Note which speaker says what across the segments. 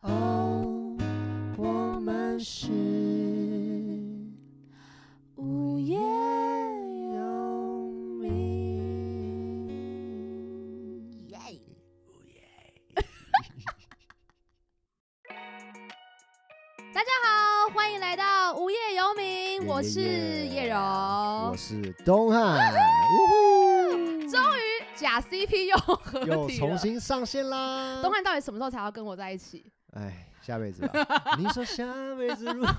Speaker 1: 哦的事，无业游民。
Speaker 2: 耶！
Speaker 1: 大家好，欢迎来到无业游民，我是叶柔。
Speaker 2: 我是 东汉，呜
Speaker 1: 终于假 CP 又合
Speaker 2: 呼，
Speaker 1: 体
Speaker 2: 又
Speaker 1: 了。
Speaker 2: 重新上线啦！
Speaker 1: 东汉到底什么时候才要跟我在一起？
Speaker 2: 哎，下辈子 吧。你说下辈子如何？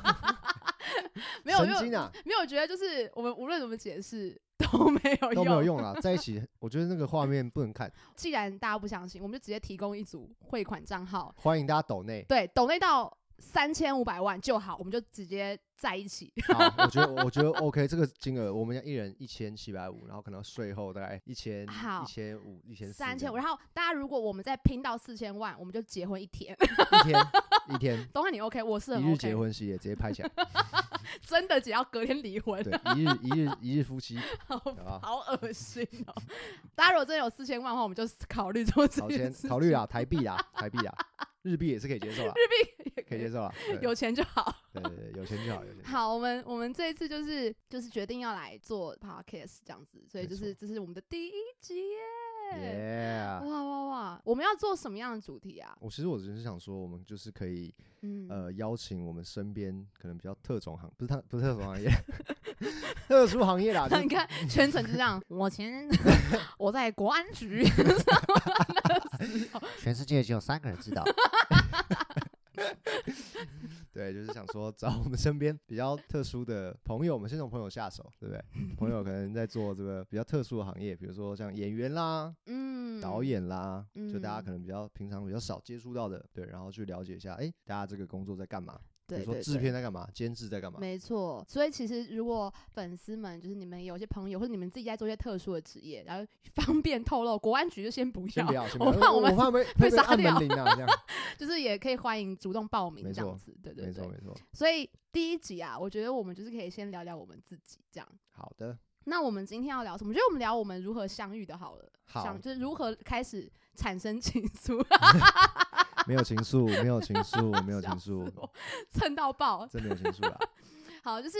Speaker 1: 没有，没
Speaker 2: 神
Speaker 1: 有，
Speaker 2: 经啊，
Speaker 1: 没有觉得就是我们无论怎么解释都没有
Speaker 2: 都
Speaker 1: 用。
Speaker 2: 没有用啦。在一起，我觉得那个画面不能看。
Speaker 1: 既然大家不相信，我们就直接提供一组汇款账号，
Speaker 2: 欢迎大家 抖内。
Speaker 1: 对，抖内到三千五百万就好，我们就直接在一起。
Speaker 2: 好，我觉得我觉得 OK，这个金额我们要一人一千七百五，然后可能税后大概一千、
Speaker 1: 好
Speaker 2: 一千五、一千四这样、
Speaker 1: 三千五，然后大家如果我们再拼到四千万，我们就结婚一天。
Speaker 2: 一天一天
Speaker 1: 东汉你 OK，我是很
Speaker 2: 一日
Speaker 1: OK，
Speaker 2: 结婚系列直接拍起来，
Speaker 1: 真的只要隔天离婚，
Speaker 2: 对，一日一日一日 夫妻，
Speaker 1: 好
Speaker 2: 好吧
Speaker 1: 好恶心哦！ 大家如果真的有四千万的话，我们就考虑做这
Speaker 2: 好
Speaker 1: 件
Speaker 2: 先
Speaker 1: 事情。
Speaker 2: 考虑啊啦，台币啦，台币啦，日币也是可以接受啦，
Speaker 1: 日币也
Speaker 2: 可以接受啦，对
Speaker 1: 有钱就好。
Speaker 2: 对对对，有钱就好，有钱就好。
Speaker 1: 好，我们我们这一次就是就是决定要来做 podcast 这样子，所以
Speaker 2: 没
Speaker 1: 就是这是我们的第一集耶！哇
Speaker 2: Yeah，
Speaker 1: 哇哇！我们要做什么样的主题啊？
Speaker 2: 我其实我只是想说，我们就是可以
Speaker 1: 嗯，
Speaker 2: 呃邀请我们身边可能比较特种行，不是特不是特 种行业，特殊行业啦，就是
Speaker 1: 你 看全程就这样。我前我在国安 局，
Speaker 3: 全世界只有三个人知 道，
Speaker 2: 对，就是想说找我们身边比较特殊的朋友，我们先从朋友下手，对不对？朋友可能在做这个比较特殊的行业，比如说像演员啦、
Speaker 1: 嗯，
Speaker 2: 导演啦，就大家
Speaker 1: 嗯
Speaker 2: 可能比较平常比较少接触到的，对，然后去了解一下，哎，大家这个工作在干嘛？比
Speaker 1: 对，
Speaker 2: 如说
Speaker 1: 对
Speaker 2: 制片。在干嘛，监制在干嘛
Speaker 1: 对？没错，所以其实如果粉丝们就是你们有些朋友或者你们自己在做一些特殊的职业，然后 方便透露，国安局就先不
Speaker 2: 先
Speaker 1: 要，
Speaker 2: 不要，先不
Speaker 1: 我
Speaker 2: 要，
Speaker 1: 怕我
Speaker 2: 我
Speaker 1: 们
Speaker 2: 怕没会被
Speaker 1: 杀
Speaker 2: 按
Speaker 1: 掉
Speaker 2: 门铃啊，这样，
Speaker 1: 就是也可以欢迎主动报名
Speaker 2: 没
Speaker 1: 这样
Speaker 2: 错
Speaker 1: 子， 对对
Speaker 2: 没错
Speaker 1: 对。
Speaker 2: 没错。
Speaker 1: 所以第一集啊，我觉得我们就是可以先聊聊我们自己这样。
Speaker 2: 好的，
Speaker 1: 那我们今天要聊什么？我觉得我们聊我们如何相遇的好了，
Speaker 2: 好
Speaker 1: 想就是如何开始产生情愫，
Speaker 2: 没有情愫，没有情愫，没有情
Speaker 1: 笑死
Speaker 2: 愫，
Speaker 1: 我，蹭到爆。
Speaker 2: 真没有情愫 啦，
Speaker 1: 好，就是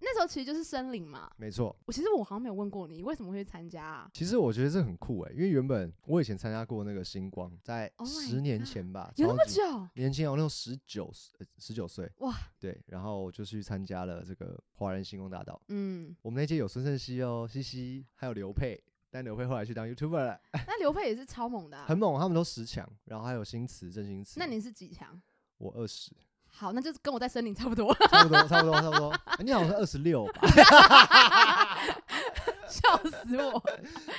Speaker 1: 那时候其实就是森林嘛。
Speaker 2: 没错。
Speaker 1: 我其实我好像没有问过你为什么会去参加啊？
Speaker 2: 其实我觉得这很酷哎、因为原本我以前参加过那个星光，在
Speaker 1: Oh my
Speaker 2: 十年
Speaker 1: god，
Speaker 2: 前吧，
Speaker 1: 有那么
Speaker 2: 超级
Speaker 1: 久？
Speaker 2: 年轻啊，我那时候十九呃十九岁
Speaker 1: 哇，
Speaker 2: 对，然后我就去参加了这个华人星光大道。
Speaker 1: 嗯，
Speaker 2: 我们那届有孙胜熙哦，西西，还有刘佩，但刘佩后来去当 YouTuber 了，
Speaker 1: 那刘佩也是超猛的、啊
Speaker 2: 很。猛，他们都十强，然后还有新词郑新词。
Speaker 1: 那你是几强？
Speaker 2: 我二十，
Speaker 1: 好，那就是跟我在森林差不多，
Speaker 2: 差不多，差不多，差不多。哎你好像是二十六吧？
Speaker 1: 笑死我。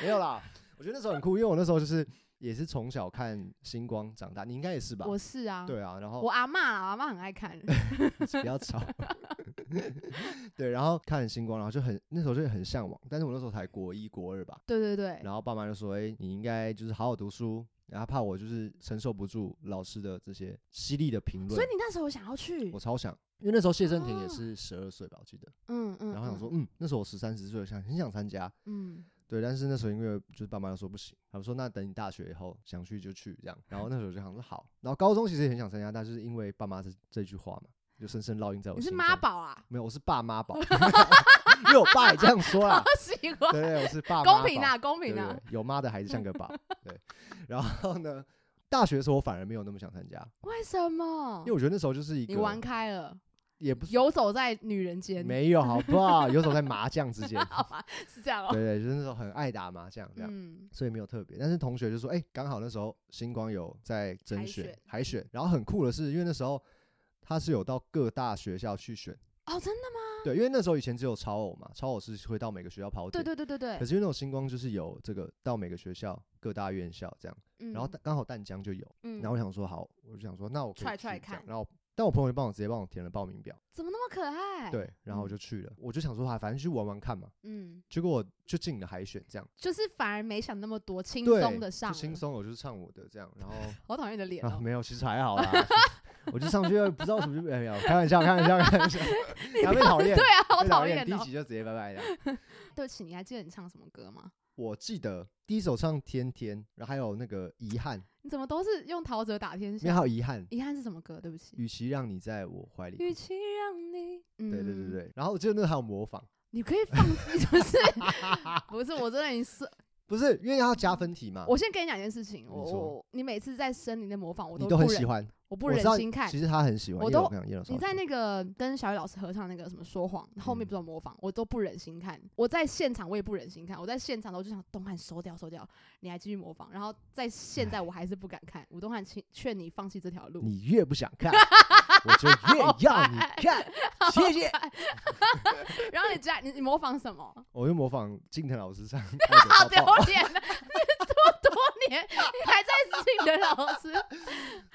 Speaker 2: 没有啦，我觉得那时候很酷，因为我那时候就是也是从小看星光长大，你应该也是吧？
Speaker 1: 我是啊，
Speaker 2: 对啊，然后
Speaker 1: 我阿嬷啊，我阿嬷很爱看。
Speaker 2: 比较吵。 对，然后看星光，然后就很那时候就很向往，但是我那时候才国一国二吧，
Speaker 1: 对对对，
Speaker 2: 然后爸妈就说：“哎、你应该就是好好读书。”然后怕我就是承受不住老师的这些犀利的评
Speaker 1: 所以
Speaker 2: 论，
Speaker 1: 你那时候想要去
Speaker 2: 我，超想，因为那时候谢震廷
Speaker 1: 哦
Speaker 2: 也是十二岁吧，我记得，
Speaker 1: 嗯嗯，
Speaker 2: 然后想
Speaker 1: 嗯
Speaker 2: 说，，嗯，那时候我十三十岁，想很想参加，
Speaker 1: 嗯，
Speaker 2: 对，但是那时候因为就是爸妈都说不行，他们说那等你大学以后想去就去这样，然后那时候就想说好，然后高中其实也很想参加，但是因为爸妈这这句话嘛，就深深烙印在我
Speaker 1: 你
Speaker 2: 心
Speaker 1: 是
Speaker 2: 中。
Speaker 1: 妈宝啊，
Speaker 2: 没有，我是爸 妈宝，因为我爸也这样说啦
Speaker 1: 好。喜欢，
Speaker 2: 对对，我是爸妈宝
Speaker 1: 公平啊，公
Speaker 2: 对
Speaker 1: 平
Speaker 2: 对
Speaker 1: 啊
Speaker 2: 对，，有妈的孩子 像个宝。对，然后呢，大学的时候我反而没有那么想参加，
Speaker 1: 为什么
Speaker 2: 因为？我觉得那时候就是一个
Speaker 1: 你玩开了，
Speaker 2: 也不是
Speaker 1: 游走在女人间，
Speaker 2: 没有好不好，游走在麻将之间。
Speaker 1: 好吧？是这样哦，
Speaker 2: 对对，就是那时候很爱打麻将这样。
Speaker 1: 嗯，
Speaker 2: 所以没有特别，但是同学就说，哎、刚好那时候星光有在甄
Speaker 1: 海
Speaker 2: 选
Speaker 1: 选
Speaker 2: 海选，然后很酷的是，因为那时候他是有到各大学校去选，
Speaker 1: 哦，真的吗？
Speaker 2: 对，因为那时候以前只有超偶嘛，超偶是会到每个学校跑点
Speaker 1: 对，对对对对
Speaker 2: 可，是因为那种星光就是有这个到每个学校各大院校这样，
Speaker 1: 嗯
Speaker 2: 然后淡刚好淡江就有，
Speaker 1: 嗯
Speaker 2: 然后我想说好，我就想说那我可以
Speaker 1: 踹踹
Speaker 2: 去这样
Speaker 1: 看
Speaker 2: 然后但我朋友就帮我直接帮我填了报名表，
Speaker 1: 怎么那么可爱？，
Speaker 2: 对，然后我
Speaker 1: 嗯
Speaker 2: 就去了，我就想说啊，反正去玩玩看嘛，
Speaker 1: 嗯，
Speaker 2: 结果我就进了海选这样，
Speaker 1: 就是反而没想那么多，轻
Speaker 2: 对，
Speaker 1: 松的上
Speaker 2: 就轻
Speaker 1: 了，
Speaker 2: 松，我就是唱我的这样， 然后
Speaker 1: 好讨厌你的脸
Speaker 2: 啊
Speaker 1: 哦，
Speaker 2: 没有，其实还好 啦，我就上去不知道什么就没有，开玩笑，开玩笑，开 玩笑，还被讨厌
Speaker 1: 对，啊，好
Speaker 2: 被
Speaker 1: 讨
Speaker 2: 厌，第一
Speaker 1: 哦。
Speaker 2: 集就直接拜拜了。
Speaker 1: 对不起，你还记得你唱什么歌吗？
Speaker 2: 我记得第一首唱《天天》，然后还有那个《遗憾》，
Speaker 1: 你怎么都是用陶喆打天
Speaker 2: 因为
Speaker 1: 下？
Speaker 2: 还有《遗憾》，
Speaker 1: 遗憾是什么歌？对不起，
Speaker 2: 与其让你在我怀里，
Speaker 1: 与其让你……嗯，
Speaker 2: 对对对，对。然后我记得那个还有模仿，
Speaker 1: 你可以放，你不 是不是？我真的你是，
Speaker 2: 不是因为要加分题嘛，
Speaker 1: 我先跟你讲一件事情，我
Speaker 2: 啊你说
Speaker 1: 我你每次在森林的模仿，我
Speaker 2: 你
Speaker 1: 不
Speaker 2: 很
Speaker 1: 忍
Speaker 2: 喜，欢，
Speaker 1: 我不
Speaker 2: 我
Speaker 1: 忍
Speaker 2: 知道
Speaker 1: 心看。
Speaker 2: 其实他很喜欢，
Speaker 1: 我
Speaker 2: 叶
Speaker 1: 都
Speaker 2: 柔跟叶柔超
Speaker 1: 你在
Speaker 2: 喜欢
Speaker 1: 那个跟小雨老师合唱那个什么说谎，后面
Speaker 2: 嗯
Speaker 1: 不知道模仿，我都不忍心看。我在现场我也不忍心看，我在现场我就想东汉收掉收掉，你还继续模仿。然后在现在我还是不敢看，吴东汉请劝你放弃这条路。
Speaker 2: 你越不想 看，我就越要你看，谢谢。
Speaker 1: 然后你加你你模仿什么？
Speaker 2: 我就模仿金腾老 师唱《
Speaker 1: 好
Speaker 2: 爱的
Speaker 1: 丢
Speaker 2: 抱抱》，
Speaker 1: 脸啊！这么多年你还在自己的老师，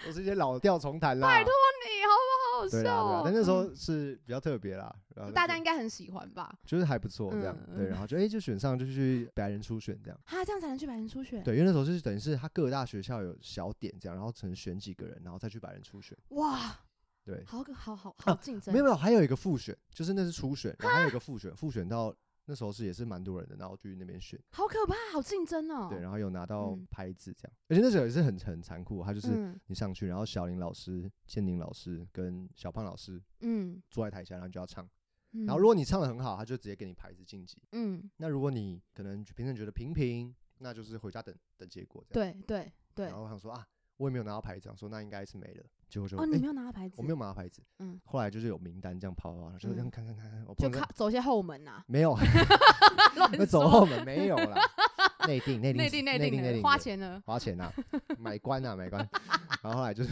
Speaker 2: 都是一些老调重弹啦。拜托，
Speaker 1: 你好不好
Speaker 2: 对啦
Speaker 1: 笑
Speaker 2: 对
Speaker 1: 哦
Speaker 2: 啦，？但那时
Speaker 1: 嗯
Speaker 2: 候嗯是比较特别啦，然后
Speaker 1: 大
Speaker 2: 就
Speaker 1: 家应该很喜欢吧？
Speaker 2: 就是还不错这样，
Speaker 1: 嗯
Speaker 2: 对，
Speaker 1: 嗯
Speaker 2: 然后就哎、就选上就去白人初选这样，
Speaker 1: 啊，这样才能去百人初选。
Speaker 2: 对，因为那时候就是等于是他各大学校有小点这样，然后只能选几个人，然后再去白人初选，
Speaker 1: 哇，
Speaker 2: 对，啊
Speaker 1: 好个好好好竞争
Speaker 2: 没有。没有，还有一个复选，就是那是初选，然后还有一个复选，复选到那时候是也是蛮多人的，然后去那边选，
Speaker 1: 好可怕，好竞争哦。
Speaker 2: 对，然后有拿到
Speaker 1: 嗯
Speaker 2: 拍子这样，而且那时候也是很很残酷，他就是
Speaker 1: 嗯
Speaker 2: 你上去，然后小林老师、建宁老师跟小胖老师
Speaker 1: 嗯，
Speaker 2: 坐在台下，然后你就要唱，
Speaker 1: 然
Speaker 2: 然后如果你唱的很好，他就直接给你牌子晋级，
Speaker 1: 嗯，
Speaker 2: 那如果你可能评审觉得平平，那就是回家等等结果这样。
Speaker 1: 对对对
Speaker 2: 然，后我想说啊，我也没有拿到牌子，想说那应该是没了。结果就
Speaker 1: 哦，
Speaker 2: 诶
Speaker 1: 你没有拿到牌子，
Speaker 2: 我没有拿到牌子。
Speaker 1: 嗯
Speaker 2: 后来就是有名单这样跑跑跑，就是这样
Speaker 1: 嗯
Speaker 2: 看看看看，我
Speaker 1: 就
Speaker 2: 碰到
Speaker 1: 靠走一些后门啊呐，
Speaker 2: 没有，
Speaker 1: 乱
Speaker 2: 那走
Speaker 1: 说
Speaker 2: 后门没 有啦。内定内定
Speaker 1: 内
Speaker 2: 内
Speaker 1: 地内
Speaker 2: 内
Speaker 1: 地
Speaker 2: 定内
Speaker 1: 的
Speaker 2: 定
Speaker 1: 花
Speaker 2: 的
Speaker 1: 钱呢，
Speaker 2: 花钱 啊，买官啊买官。然后后来就是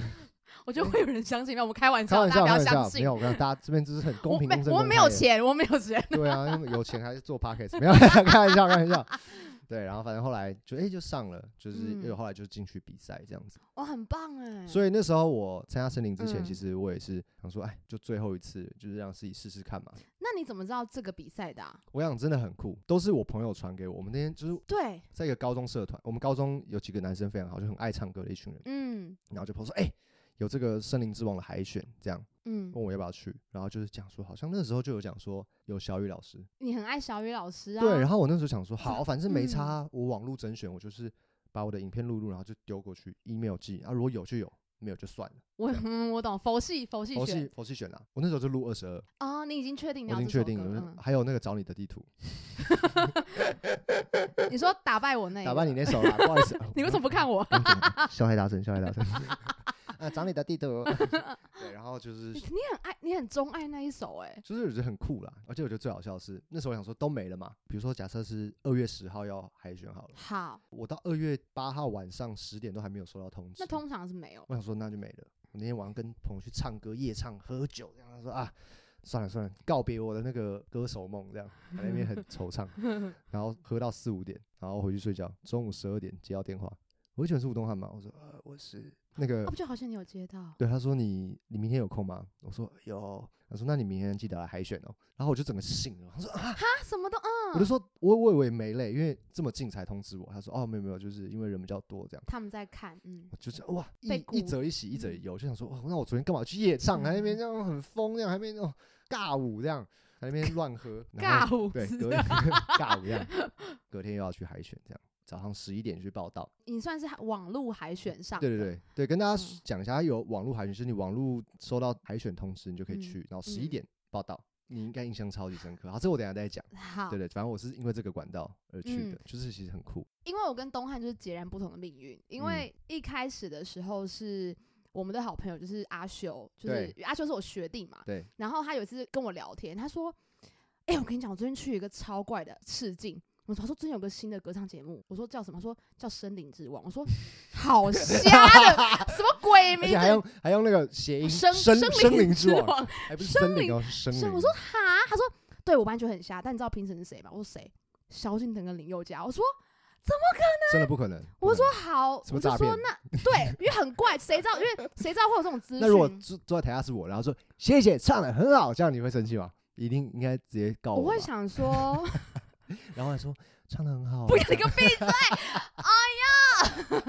Speaker 1: 我觉得会有人相信，那我们开玩
Speaker 2: 开
Speaker 1: 笑，
Speaker 2: 玩笑
Speaker 1: 大
Speaker 2: 开
Speaker 1: 家不要相
Speaker 2: 玩笑，没
Speaker 1: 信
Speaker 2: 有，。我跟大家这边就是很公
Speaker 1: 我
Speaker 2: 平
Speaker 1: 没
Speaker 2: 公正。
Speaker 1: 我
Speaker 2: 公
Speaker 1: 没
Speaker 2: 开
Speaker 1: 有
Speaker 2: 的
Speaker 1: 钱，我没有 钱。
Speaker 2: 对啊，因为有钱还是做 podcast，没有 啦开玩笑，开玩笑。对，然后反正后来就哎、就上了，就是
Speaker 1: 嗯
Speaker 2: 又后来就进去比赛这样子。
Speaker 1: 哇，很棒哎！以
Speaker 2: 所以那时候我参加森林之前，
Speaker 1: 嗯
Speaker 2: 其实我也是想说，哎，就最后一次，就是让自己试试看嘛。
Speaker 1: 那你怎么知道这个比赛的啊？
Speaker 2: 我想真的很酷，都是我朋友传给我。我们那天就是
Speaker 1: 对，
Speaker 2: 在一个高中社团，我们高中有几个男生非常好，就很爱唱歌的一群人，
Speaker 1: 嗯
Speaker 2: 然后就朋友说，哎、有这个森林之王的海选，这样
Speaker 1: 嗯，
Speaker 2: 问我要不要去，然后就是讲说，好像那时候就有讲说有小雨老师，
Speaker 1: 你很爱小雨老师啊？
Speaker 2: 对，然后我那时候想说，好，反正没
Speaker 1: 嗯
Speaker 2: 差啊，我网络甄选，我就是把我的影片录录，然后就丢过去，email 寄，啊，如果有就有，没有就算了。
Speaker 1: 我嗯，我懂佛系佛系
Speaker 2: 佛系
Speaker 1: 选
Speaker 2: 佛系选啦，我那时候就录二十二，
Speaker 1: 哦，你已经确定你
Speaker 2: 我已
Speaker 1: 要
Speaker 2: 经
Speaker 1: 这
Speaker 2: 确
Speaker 1: 首
Speaker 2: 定了，
Speaker 1: 歌，
Speaker 2: 还有那个找你的地图，
Speaker 1: 嗯你说打败我那一
Speaker 2: 打败你
Speaker 1: 个，
Speaker 2: 那首啦，不好意思， 啊
Speaker 1: 你为什么不看我？
Speaker 2: 刚刚 讲了？小孩大声，小孩大声，啊，找你的地图，对，然后就是
Speaker 1: 你你很爱，哎你很钟爱那一首哎。
Speaker 2: 就是我觉得很酷啦，而且我觉得最好笑的是，那时候我想说都没了嘛，比如说假设是二月十号要海选好了，
Speaker 1: 好，
Speaker 2: 我到二月八号晚上十点都还没有收到通知，
Speaker 1: 那通常是没有。
Speaker 2: 我想说那就没了。我那天晚上跟朋友去唱歌、夜唱、喝酒，这样他说啊，算了算了，告别我的那个歌手梦，这样在那边很 惆怅，然后喝到四五点，然后回去睡觉。中午十二点接到电话，我喜欢是吴东汉吗？我说呃我是那个
Speaker 1: 我哦不，觉得好像你有接到，
Speaker 2: 对他说你你明天有空吗？我说有，他说那你明天记得来海选哦。然后我就整个醒了，他说啊，
Speaker 1: 他什么都嗯，
Speaker 2: 我就说我我以为没累，因为这么近才通知我。他说哦没有没有，就是因为人比较多这样。
Speaker 1: 他们在看，嗯，
Speaker 2: 我就是哇，一
Speaker 1: 被鼓
Speaker 2: 一折一喜，一折
Speaker 1: 嗯
Speaker 2: 一忧，就想说，哦，那我昨天干嘛去夜唱，还在那边
Speaker 1: 嗯
Speaker 2: 这样很疯，这样还在那边那种尬舞这样，还在那边 乱喝，然
Speaker 1: 尬
Speaker 2: 后
Speaker 1: 舞
Speaker 2: 对，
Speaker 1: 是
Speaker 2: 隔
Speaker 1: 吧
Speaker 2: 天 尬舞这样，隔天又要去海选这样。早上十一点去报道，
Speaker 1: 你算是网络海选上，
Speaker 2: 对对，对对，跟大家
Speaker 1: 嗯
Speaker 2: 讲一下，有网络海选，就是你网络收到海选通知，你就可以
Speaker 1: 嗯
Speaker 2: 去，然后十
Speaker 1: 嗯
Speaker 2: 一点报道，你应该印象超级深刻。好，这我等一下再讲。
Speaker 1: 好
Speaker 2: 对，对，反正我是因为这个管道而去
Speaker 1: 嗯
Speaker 2: 的，就是其实很酷。
Speaker 1: 因为我跟东汉就是截然不同的命运，因为
Speaker 2: 嗯
Speaker 1: 一开始的时候是。我们的好朋友就是阿修，就是阿修是我学弟嘛。
Speaker 2: 对，
Speaker 1: 然后他有一次跟我聊天，他说：“哎、我跟你讲，我昨天去一个超怪的试镜。”我说：“他说最近有个新的歌唱节目。”我说：“叫什么？”他说：“叫《森林之王》。”我 说：“好瞎的，什么鬼
Speaker 2: 而
Speaker 1: 名
Speaker 2: 且还
Speaker 1: 字哦
Speaker 2: 用还用那个谐音“
Speaker 1: 生
Speaker 2: 生
Speaker 1: 生
Speaker 2: 灵
Speaker 1: 之
Speaker 2: 之王”，
Speaker 1: 王？”
Speaker 2: 还不是
Speaker 1: 森
Speaker 2: 森林
Speaker 1: 林
Speaker 2: 哦，是森
Speaker 1: 是啊
Speaker 2: 林。
Speaker 1: 我说哈，他说对我班就很瞎，但你知道评审是谁吗？我说谁？萧敬腾跟林宥嘉。我说
Speaker 2: 真的不可能。不
Speaker 1: 我
Speaker 2: 可
Speaker 1: 说
Speaker 2: 能
Speaker 1: 好，
Speaker 2: 嗯什么
Speaker 1: 我就
Speaker 2: 诈
Speaker 1: 说
Speaker 2: 骗
Speaker 1: 那对，因为很怪，谁知道？因为谁知道会有这种资
Speaker 2: 那如果
Speaker 1: 讯？
Speaker 2: 坐坐在台下是我，然后说谢谢唱的很好，这样你会生气吗？一定应该直接告
Speaker 1: 我
Speaker 2: 吧
Speaker 1: 会想说，
Speaker 2: 然后还说唱的很好啊，
Speaker 1: 不要
Speaker 2: 这
Speaker 1: 你
Speaker 2: 样
Speaker 1: 个闭嘴！哎呀，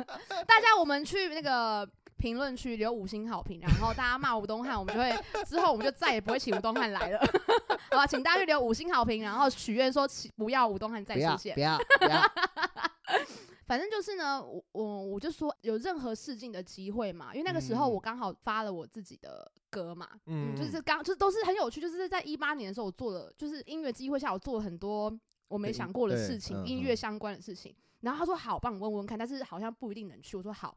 Speaker 1: 大家我们去那个评论区留五星好评，然后大家骂吴东汉，我们就会之后我们就再也不会请吴东汉来了。 好吧，请大家去留五星好评，然后许愿说请不要吴东汉再
Speaker 3: 不
Speaker 1: 出
Speaker 3: 要
Speaker 1: 现
Speaker 3: 不。要不要，
Speaker 1: 反正就是呢，我我我就说有任何试镜的机会嘛，因为那个时候
Speaker 2: 嗯
Speaker 1: 我刚好发了我自己的歌嘛，嗯，
Speaker 2: 嗯
Speaker 1: 就是刚就是都是很有趣，就是在一八年的时候我做了，就是音乐机会下我做了很多我没
Speaker 2: 对
Speaker 1: 想
Speaker 2: 音
Speaker 1: 过的
Speaker 2: 对
Speaker 1: 事情，
Speaker 2: 嗯
Speaker 1: 音乐相关的事情。然后他说好，帮我问问看，但是好像不一定能去。我说好。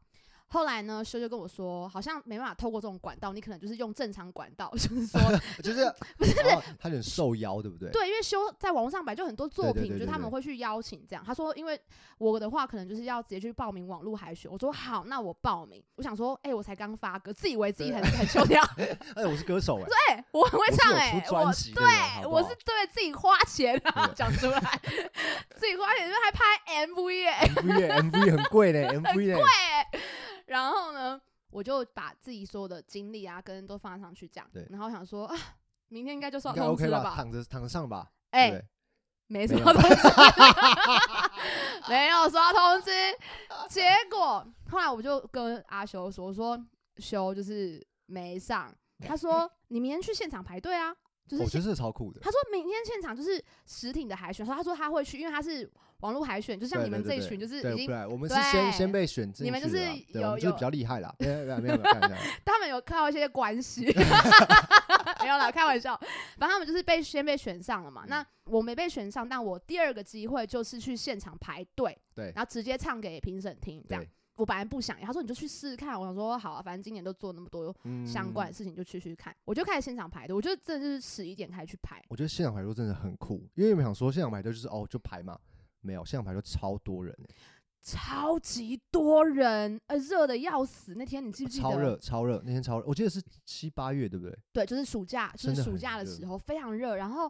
Speaker 1: 后来呢，修就跟我说，好像没办法透过这种管道，你可能就是用正常管道， 就是 说
Speaker 2: 就是 不是他有点受邀，对不对？
Speaker 1: 对，因为修在网络上本来就很多作
Speaker 2: 对对
Speaker 1: 品，
Speaker 2: 对
Speaker 1: 就
Speaker 2: 对
Speaker 1: 他们
Speaker 2: 对
Speaker 1: 会去邀请这样。他说，因为我的话可能就是要直接去报名网络海选。我说好，那我报名。我想说，哎、我才刚发歌，自以为自己
Speaker 2: 对
Speaker 1: 很很 秋条，
Speaker 2: 哎，我是歌手哎，
Speaker 1: 对我很会
Speaker 2: 我是
Speaker 1: 唱
Speaker 2: 有
Speaker 1: 哎、
Speaker 2: 出
Speaker 1: 我
Speaker 2: 专辑的人好
Speaker 1: 对
Speaker 2: 不
Speaker 1: 我
Speaker 2: 好
Speaker 1: 是对自己花钱啊
Speaker 2: 对，
Speaker 1: 讲出来， 自己花钱就还拍 MV 哎、
Speaker 2: MV 哎 MV 很贵嘞，MV 嘞，
Speaker 1: 对，然后呢，我就把自己所有的精力啊跟都放上去这样
Speaker 2: 对，
Speaker 1: 然后想说啊，明天应该就收
Speaker 2: 应
Speaker 1: 到
Speaker 2: 该
Speaker 1: 通
Speaker 2: OK
Speaker 1: 知了
Speaker 2: 吧？
Speaker 1: 吧？
Speaker 2: 躺着躺着上吧，
Speaker 1: 哎、
Speaker 2: 对不对
Speaker 1: 没
Speaker 2: 没
Speaker 1: 收
Speaker 2: 有
Speaker 1: 到通知， 没有收到通知。结果后来我就跟阿修说，我说修就是没上，他 说你明天去现场排队啊，就是
Speaker 2: 我觉
Speaker 1: 现
Speaker 2: 得这超酷的，
Speaker 1: 他说明天现场就是实体的海选，他说他会去，因为他是网络海选，就 像
Speaker 2: 对
Speaker 1: 你
Speaker 2: 对
Speaker 1: 们这
Speaker 2: 对
Speaker 1: 一
Speaker 2: 对
Speaker 1: 群就是
Speaker 2: 对
Speaker 1: 已经
Speaker 2: 不然我们是先先
Speaker 1: 对
Speaker 2: 被选进去的
Speaker 1: 你
Speaker 2: 啦，
Speaker 1: 们就是
Speaker 2: 对我
Speaker 1: 有
Speaker 2: 们就是
Speaker 1: 有
Speaker 2: 比较厉害啦，没有没有没有，看一下，
Speaker 1: 他们有靠一些关 系， 没有啦，开玩笑。反正他们就是被先被选上了嘛。
Speaker 2: 嗯
Speaker 1: 那我没被选上，但我第二个机会就是去现场排队，
Speaker 2: 对
Speaker 1: 然后直接唱给评审听，这样
Speaker 2: 对。
Speaker 1: 我本来不想，他说你就去试试看。我想说好啊，反正今年都做那么多
Speaker 2: 嗯
Speaker 1: 相关的。事情，就去去看。我就开始现场排队，我就真的就是十一点开始去排，
Speaker 2: 我觉得现场排队真的很酷，因为你们想说现场排队就是哦就排嘛，没有现场排队超多人欸、
Speaker 1: 超级多人，呃，热的要死。那天你记不记得？
Speaker 2: 超热超热，那天超热，我记得是七八月对不对？
Speaker 1: 对，就是暑假，就
Speaker 2: 真
Speaker 1: 是
Speaker 2: 的
Speaker 1: 暑
Speaker 2: 很
Speaker 1: 假的
Speaker 2: 热
Speaker 1: 时候非常热，然后。